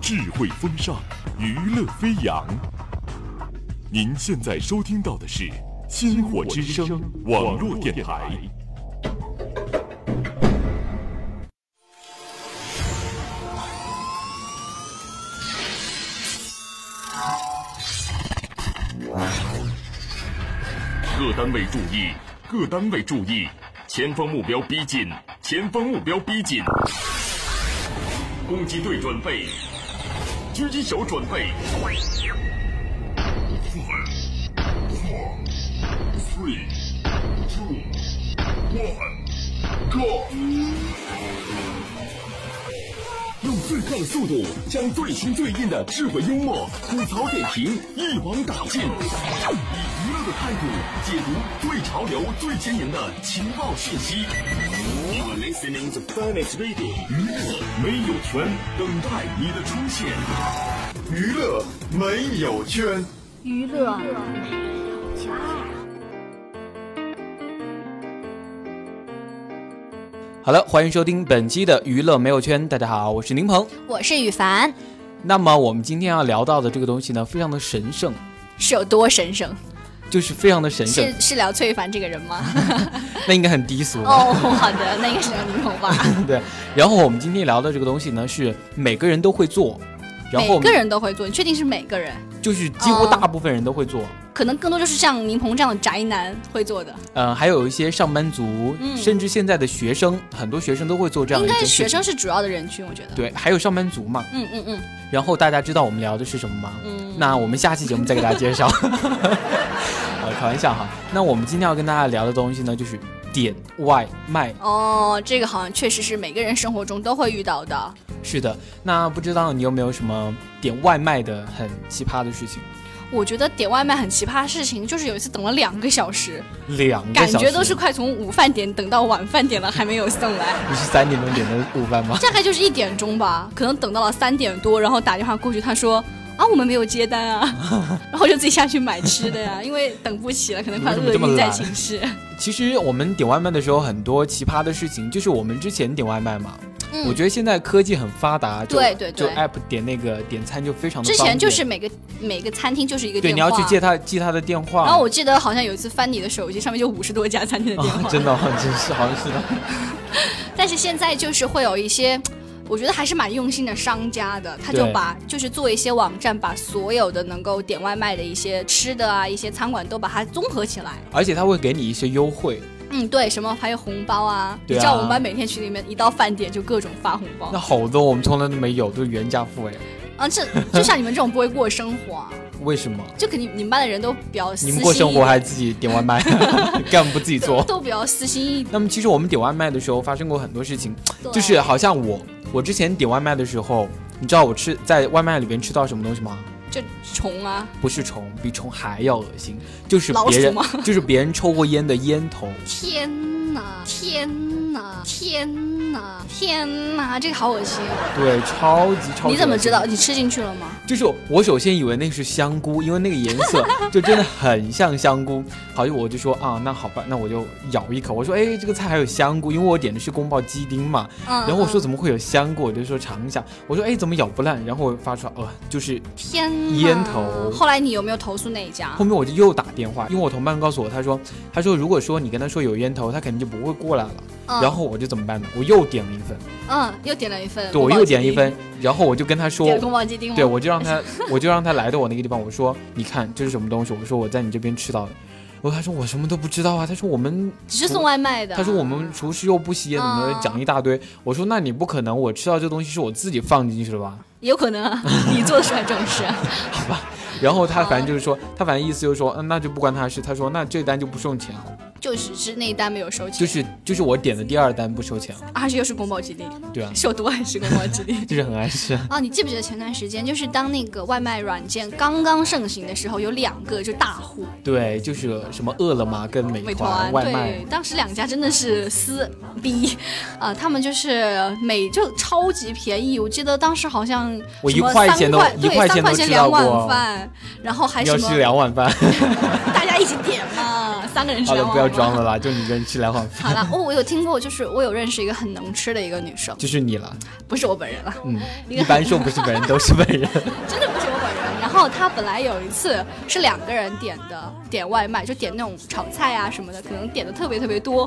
智慧风尚，娱乐飞扬。您现在收听到的是《星火之声》网络电台。各单位注意，各单位注意，前方目标逼近，前方目标逼近。攻击队准备，狙击手准备。Five, four, three, two, one, go！用最快的速度，将最新最硬的智慧幽默、吐槽点评一网打尽，以娱乐的态度解读最潮流、最前沿的情报讯息。You are listening to Finest Radio，娱乐没有圈，等待你的出现。娱乐没有圈。娱乐。好了，欢迎收听本期的娱乐没有圈。大家好，我是宁鹏。我是羽凡，那么我们今天要聊到的这个东西呢，非常的神圣，是有多神圣？就是非常的神圣是。是聊崔凡这个人吗？ 那应该很低俗啊哦，好的，那应该是聊女友吧。对。然后我们今天聊的这个东西呢，是每个人都会做， 然后每我个们人都会做，你确定是每个人？就是几乎哦大部分人都会做。可能更多就是像宁鹏这样的宅男会做的，呃，还有一些上班族，嗯甚至现在的学生，很多学生都会做这样应的一该件是事学情。生是主要的人群，我觉得。，对，还有上班族嘛。嗯嗯嗯然后大家知道我们聊的是什么吗？嗯。那我们下期节目再给大家介绍。呃，开玩笑哈。那我们今天要跟大家聊的东西呢，就是点外卖。哦，这个好像确实是每个人生活中都会遇到的。是的，那不知道你有没有什么点外卖的很奇葩的事情？我觉得点外卖很奇葩的事情，就是有一次等了两个小时，两个感小时，觉都是快从午饭点等到晚饭点了，还没有送来。你是三点钟点的午饭吗？大概就是一点钟吧，可能等到了三点多，然后打电话过去，他说啊，我们没有接单啊， 然后就自己下去买吃的呀，因为等不起了，可能快你饿为什么这么晕在懒寝室。其实我们点外卖的时候，很多奇葩的事情，就是我们之前点外卖嘛。我嗯，觉得现在科技很发达，就对对对就 app 点那个点餐就非常的之方前便。就是每个每个餐厅就是一个对电话，你要去接。他记他的电话，然后我记得好像有一次翻你的手机，上面就五十多家餐厅的电啊、话。 真的、哦、真是好像是的。但是现在就是会有一些，我觉得还是蛮用心的商家的，他就对把就是做一些网站，把所有的能够点外卖的一些吃的啊，一些餐馆都把它综合起来。而且他会给你一些优惠。嗯，对，什么还有红包啊？对你啊知道我们班每天群里面一到饭点就各种发红包那。好多我们从来都没有，都是原价付哎。啊，这就像你们这种不会过生活、啊，为什么？就肯定你们班的人都比较私你心们过生活一还自己点外 卖， 干嘛不自己点做？都比较私心一点。那么其实我们点外卖的时候发生过很多事情，对啊就是好像我我之前点外卖的时候，你知道我吃在外卖里边吃到什么东西吗？就虫啊，不是虫，比虫还要恶心，就是老别鼠人吗？就是别人抽过烟的烟头。天哪，天哪，天哪，天哪，这个好恶心哦！对，超级超级。你怎么知道？？你吃进去了吗？就是我首先以为那是香菇，因为那个颜 色就真的很像香菇。好，我就说啊，那好吧，那我就咬一口。我说，哎，这个菜还有香菇，因为我点的是宫保鸡丁嘛。嗯。然后我说嗯怎么会有香菇？我就说尝一下。我说，哎，怎么咬不烂？然后我发出来，哦、就是天哪烟头后来你有没有投诉那一家后？面我就又打电话，因为我同伴告诉我，他说，他说如果说你跟他说有烟头，他肯定就不会过来了。嗯然后我就怎么办呢？我又点了一份，嗯，又点了一份，对我又点一，份，然后我就跟他说点，了宫保鸡丁吗？对，我就让他，我就让他来到我那个地方，我说，你看这是什么东西？我说我在你这边吃到的。然后他说我什么都不知道啊，他说我们，只是送外卖的。他说我们厨师又不吸烟，怎么的啊讲一大堆。我说那你不可能，我吃到这东西是我自己放进去的吧？也有可能 啊，你做得出来这种事。啊然后他反正就是说，他反正意思就是说，嗯，那就不关他的事。他说那这单就不收钱了，就只是那一单没有收钱，就是就是我点的第二单不收钱了，而且又是宫保鸡丁，对啊，是有多爱吃宫保鸡丁 就是很碍事。啊？你记不记得前段时间，就是当那个外卖软件刚刚盛行的时候，有两个就大户对，就是什么饿了么跟美美团团，外卖对，，当时两家真的是撕逼 啊、他们就是每就超级便宜，我记得当时好像我什一么块钱三都块一对块三钱块都钱吃两到过碗哦。饭，然后还你要什吃么两碗饭，大家一起点嘛，三个人吃好了两，碗不要要装了啦，就你一个人吃来碗饭，好了，哦，我有听过，就是我有认识一个很能吃的一个女生，就是你了。不是我本人了， 嗯，一一个般说不是本人都是本人。 真的不是我本人。然后她本来有一次是两个人点的点外卖，就点那种炒菜啊什么的，可能点的特别特别多，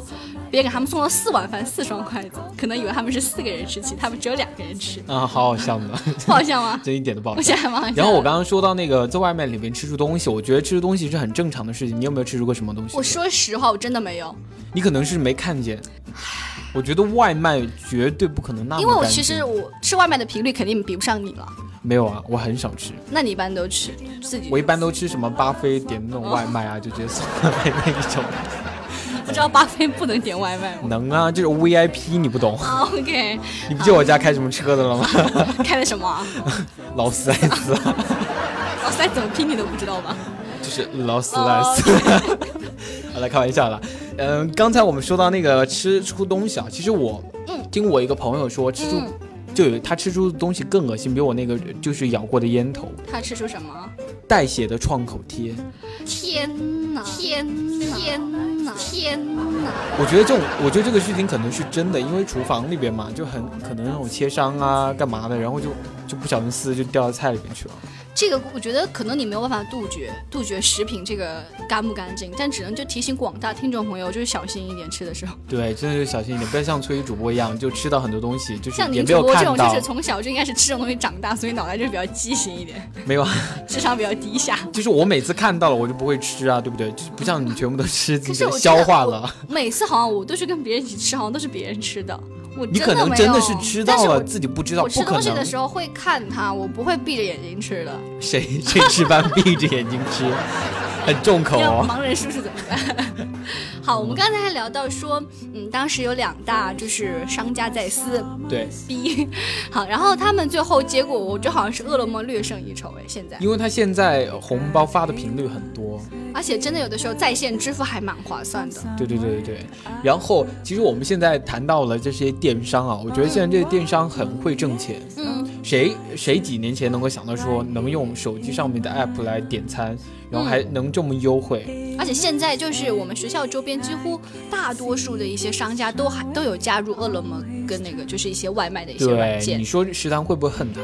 别人给他们送了四碗饭四双筷子，可能以为他们是四个人吃起，他们只有两个人吃，啊，好好笑呢，不好笑吗？真一点都不好我笑现。在还蛮好笑的。然后我刚刚说到那个在外面里面吃出东西，我觉得吃出东西是很正常的事情。你有没有吃出过什么东西？我说实话，我真的没有，你可能是没看见。我觉得外卖绝对不可能那么因为我干其实净我吃外卖的频率肯定比不上你了。没有啊，我很少吃，那你一般都吃自己？我一般都吃什么巴菲点那种外卖啊，就直接送过来那一种。不知道巴菲不能点外卖吗能啊，这种 VIP 你不懂，啊？OK，你不记得我家开什么车的了吗？ 开的什么啊？劳斯莱斯啊，老塞怎么拼你都不知道吧？就是劳哦斯莱斯。 好了，开玩笑了。嗯，刚才我们说到那个吃出东西啊，其实我听我一个朋友说，吃出嗯就有他吃出的东西更恶心，比我那个就是咬过的烟头他吃出什么？带血的创口贴。天哪！天哪！天哪！天哪！我觉得这种，我觉得这个事情可能是真的，因为厨房里边嘛，就很可能那种切伤啊，干嘛的，然后就就不小心撕就掉到菜里边去了。这个我觉得可能你没有办法杜绝杜绝食品这个干不干净，但只能就提醒广大听众朋友，就是小心一点吃的时候。对，真的就小心一点，不要像崔宇主播一样，就吃到很多东西，就是像您也没主有播这看种，就到是，从小就应该是吃这种东西长大，所以脑袋就比较畸形一点，没有啊，智商比较低下。就是我每次看到了我就不会吃啊，对不对？就是不像你全部都吃，自可己是给我消真的化我了。每次好像我都是跟别人一起吃，好像都是别人吃的。我 你真可的能没真的有是吃但到是了，我自己不知道，我不吃可东西的能。时候会看它，我不会闭着眼睛吃的。谁 谁吃饭闭着眼睛吃，很重口要哦。盲人叔叔怎么办？ 好，我们刚才还聊到说，嗯，当时有两大就是商家在撕对，逼， 好，然后他们最后结果，我觉得好像是饿了么略胜一筹哎，现在，因为他现在红包发的频率很多。而且真的有的时候在线支付还蛮划算的。对对对对对，然后其实我们现在谈到了这些电商啊，我觉得现在这些电商很会挣钱。嗯，谁谁几年前能够想到说能用手机上面的 app 来点餐，然后嗯还能这么优惠？而且现在就是我们学校周边几乎大多数的一些商家都还都有加入饿了么跟那个就是一些外卖的一些软对，你件。说食堂会不会恨他？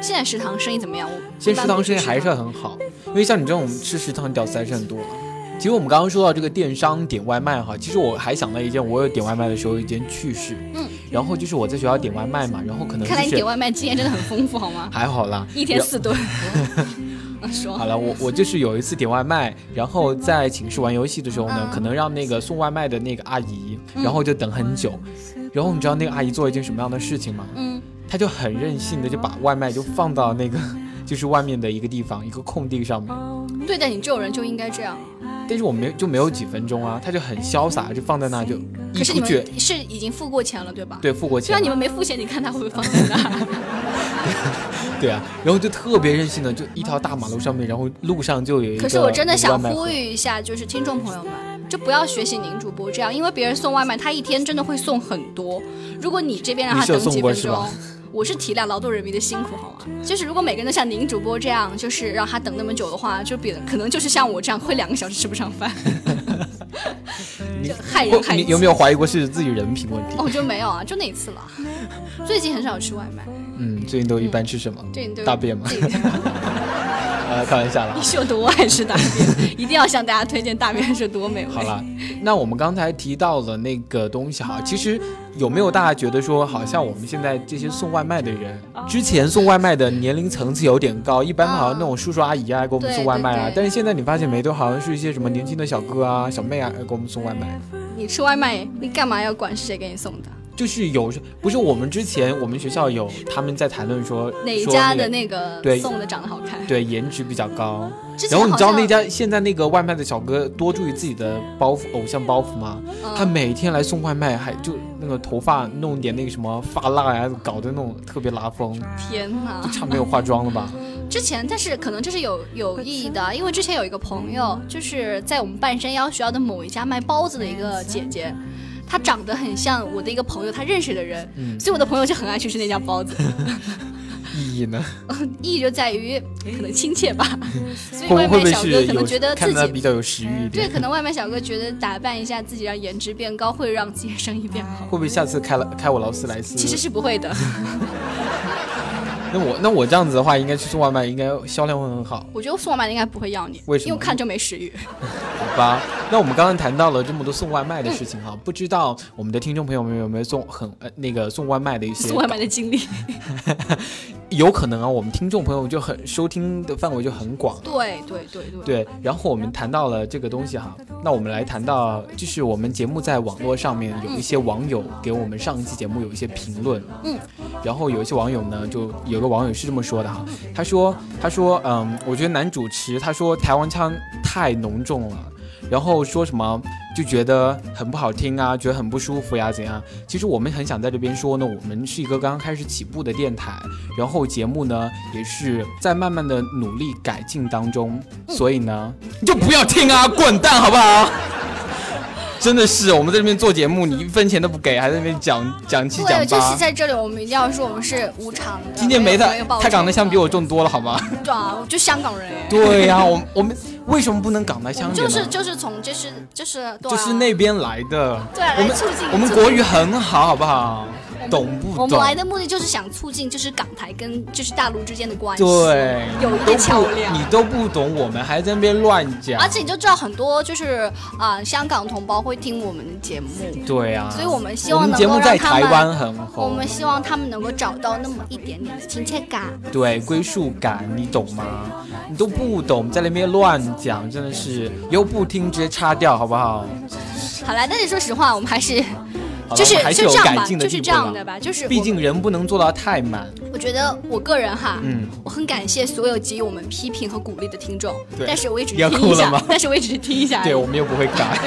现在食堂生意怎么样？我现在食堂一般不去生意还是很好，因为像你这种吃食堂的屌丝还是很多的。其实我们刚刚说到这个电商点外卖哈，其实我还想到一件我有点外卖的时候一件趣事，嗯，然后就是我在学校点外卖嘛，然后可能看来你就点是外卖经验真的很丰富，好吗？还好啦，一天然四顿。 嗯说好了，我我就是有一次点外卖，然后在寝室玩游戏的时候呢，嗯可能让那个送外卖的那个阿姨，然后就等很久。然后你知道那个阿姨做了一件什么样的事情吗？嗯，她就很任性的就把外卖就放到那个 就是外面的一个地方一个空地上面，对待你这种人就应该这样。但是我没有就没有几分钟啊，她就很潇洒就放在那就一可是你不觉们是已经付过钱了，对吧？。对付过虽钱然了你们没付钱，你看他会不会放在那 儿？对啊，然后就特别任性的就一条大马路上面，然后路上就有一个可是我真的那个想外卖呼盒吁一下，就是听众朋友们，就不要学习您主播这样，因为别人送外卖，他一天真的会送很多。如果你这边让他你是有等送几过分是钟吧，我是体谅劳动人民的辛苦，好吗？就是如果每个人都像您主播这样，就是让他等那么久的话，就别可能就是像我这样，会两个小时吃不上饭，就害人不，害你己。有没有怀疑过是自己人品问题？哦，就没有啊，就那一次了。最近很少吃外卖，嗯，最近都一般吃什么？最近都大便吗？自己呃，开玩笑 啦你。是有多爱吃大便？一定要向大家推荐大便是多美味。好啦，那我们刚才提到了那个东西嗯哈，其实有没有大家觉得说，好像我们现在这些送外卖的人，哦之前送外卖的年龄层次有点高，一般好像那种叔叔阿姨啊给我们对送外卖啊哦对，对但是现在你发现没，都好像是一些什么年轻的小哥啊、小妹啊给我们送外卖，你吃外卖，你干嘛要管是谁给你送的？就是有不是我们之前我们学校有他们在谈论说哪一说家那的个那个对送的长得好看？对颜值比较高，之前然后你知道那好家现在那个外卖的小哥多注意自己的包袱，偶像包袱吗？嗯他每天来送外卖，还就那个头发弄点那个什么发蜡呀，搞得那种特别拉风，像天哪！差没有化妆了 吧？之前但是可能这是有有意义的，因为之前有一个朋友，就是在我们半山腰学校的某一家卖包子的一个姐姐。她长嗯 得很像我的一个朋友，她认识的人，所以我的朋友就很爱去吃那家包子。意义呢？意义就在于可能亲切吧，所以 会外不会卖不会小哥是可有能觉得看自到己比较有食欲一对，嗯点？可能外卖小哥觉得打扮一下自己，让颜值变高，会让自己的生意变好。会不会下次开了开我劳斯莱斯？其实是不 会的，那我那我这样子的话，应该去送外卖，应该销量会很好，我觉得送外卖的应该不会要你，为什么因为我看就没食欲。好吧？那我们刚刚谈到了这么多送外卖的事情哈，不知道我们的听众朋友们有没有送很呃那个送外卖的一些送外卖的经历，有可能啊，我们听众朋友就很收听的范围就很广。 对对对对，对，然后我们谈到了这个东西哈，那我们来谈到，就是我们节目在网络上面有一些网友给我们上一期节目有一些评论，嗯，然后有一些网友呢，就有个网友是这么说的哈，他说他说嗯，我觉得男主持他说台湾腔太浓重了，然后说什么就觉得很不好听啊，觉得很不舒服呀、怎样？其实我们很想在这边说呢，我们是一个刚刚开始起步的电台，然后节目呢也是在慢慢的努力改进当中，嗯所以呢你就不要听啊，滚蛋好不好？ 真的是，我们在这边做节目，你一分钱都不给，还在那边讲讲七讲对，啊就是八。在这里，我们一定要说我们是无偿的。今天没有他有报，酬啊他长得像比我重多了，好 吗？对啊，我就香港人哎，对呀、我我们为什么不能港台我腔们点就呢？是就是从就是就是对啊就是那边来的。对啊我来们促进我们促进国语很好，好不好？懂不懂？我们来的目的就是想促进就是港台跟就是大陆之间的关系，对，有一都个桥不梁。你啊都不懂，我们还在那边乱讲。而且你就知道很多就是啊、香港同胞会听我们的节目，对啊，所以我们希望我们能节够目在让他台们湾很我红们，希望他们能够找到那么一点点的亲切感。对归属感，你懂吗？你都不懂，在那边乱讲，真的是以后不听直接擦掉，好不好？好啦，但是说实话，我们还是好了就是我们还是就有这样改吧，进就的是地这方样的的。吧，就是毕我竟人不能做到太满，我觉得我个人哈，嗯我很感谢所有给予我们批评和鼓励的听众对，但是我也只要是听哭一了下吗， 但是我也只是听一下而已，对我们又不会改。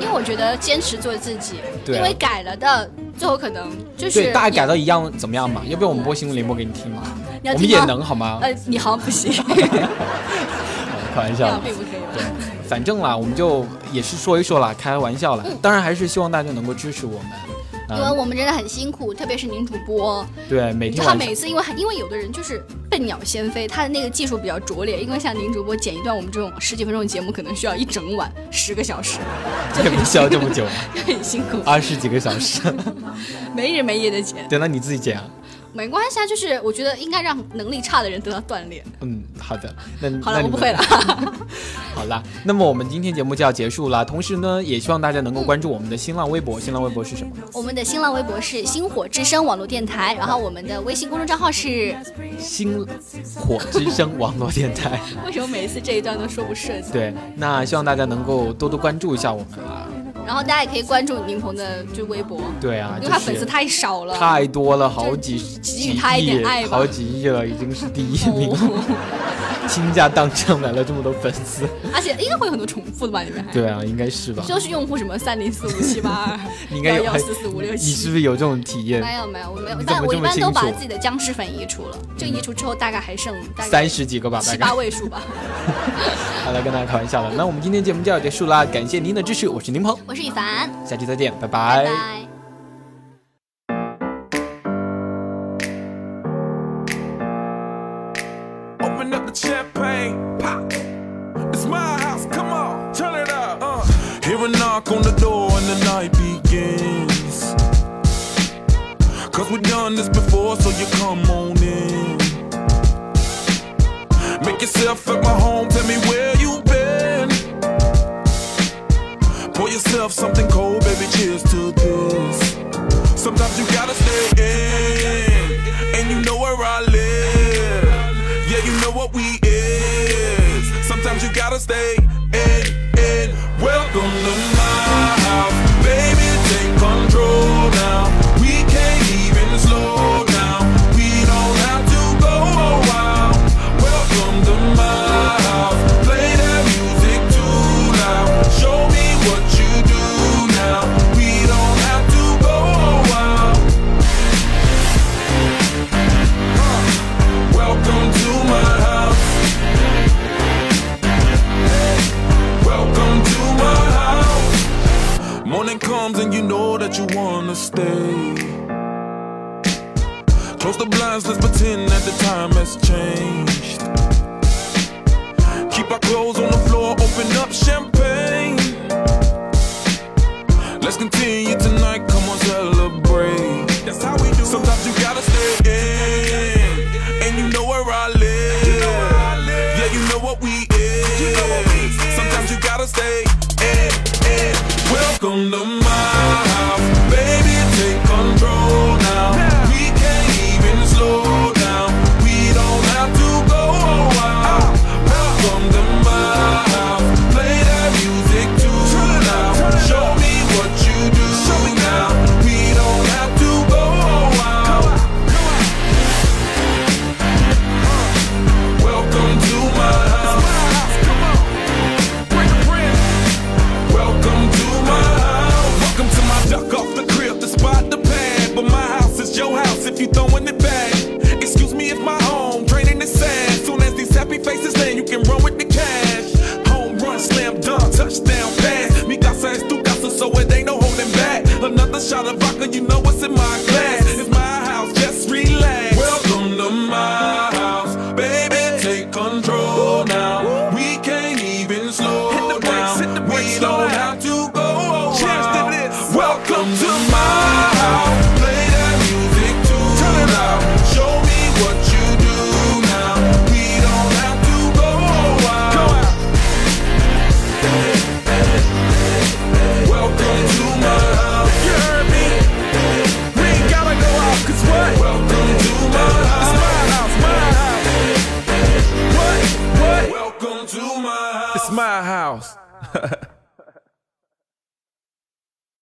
因为我觉得坚持做自己，对啊因为改了的最后可能 就是对，大家你改到一样怎么样嘛？要不要我们播新闻联播给你听嘛？你要我们听也吗能好吗？呃，你好像不 行， 开玩这笑样。并不可以吧。反正啦，我们就也是说一说啦，开玩笑啦。嗯当然还是希望大家能够支持我们。因嗯为我们真的很辛苦，特别是您主播，对，每就天他晚上每次因为因为有的人就是笨鸟先飞，他的那个技术比较拙劣，因为像您主播剪一段我们这种十几分钟的节目，可能需要一整晚十个小时， 也不需要这么久，啊就 很辛苦，二十几个小时。 没日没夜的剪，对，那你自己讲。没关系啊，就是我觉得应该让能力差的人得到锻炼。嗯，好的，那好那了，你我们不会了。 好啦，那么我们今天节目就要结束了。同时呢，也希望大家能够关注我们的新浪微博。新浪微博是什么？我们的新浪微博是星火之声网络电台，然后我们的微信公众账号是，星火之声网络电台。 为什么每一次这一段都说不顺？对，那希望大家能够多多关注一下我们啦。然后大家也可以关注宁鹏的就微博，对啊，因就为他是粉丝太少了。太 多了，好几给几予他一点亿爱，吧好几亿了，已经是第一名了。哦，倾家荡产买了这么多粉丝， 而且应该会有很多重复的吧？里面还对啊，应该是吧？就是用户什么三零四五七八二， 应该有幺四四五六你是七。不是有这种体验？没有没有，我没有，你一怎么般我这一么般清都把楚自己的僵尸粉移除了，就移除之后大概还剩大概三十几个吧，大七概八。位数吧。好了，跟大家开玩笑了。那我们今天节目就要结束啦，感谢您的支持，我是宁鹏，我是雨凡，下期再见，拜拜拜。拜。 Open up the champagne, pop. It's my house, come on, turn it up. Uh. Hear a knock on the door and the night begins. Cause we've done this before, so you come on in. Make yourself at my home, tell me where you been. Pour yourself something cold, baby, cheers to this. Sometimes you gotta stay in, and you know where I live. Yeah, you know what we is. Sometimes you gotta stay in, in. Welcome to my house, baby. Take control now. We can't even slow down. We don't have to go a while. Welcome to my house. Play that music too loud. Show me what you do now. We don't have to go a while. Welcome to my house. Welcome to my house. Morning comes and you know that you wanna stay. Close the blinds, let's pretend that the time has changed. Keep our clothes on the floor, open up champagne. Let's continue tonight, come on, celebrate. That's how we do. Sometimes you gotta stay in, and you know where I live. Yeah, you know what we is. Sometimes you gotta stay in, in. Welcome to my house, baby. Take control now. We can't even slow down. We don't have to go out. Welcome to my house. Play that music too loud. Show me what you do now. We don't have to go out. Welcome to my house. Welcome to my house. Welcome to my duck off the crib, the spot, the pad. But my house is your house if you throwing it back. Excuse me if my home draining the sand. Soon as these happy faces land, you can run with the cash. Home run, slam dunk, touchdown pass. Mi casa es tu casa, so it ain't no holding back. Another shot of vodka, you know what's in my glass.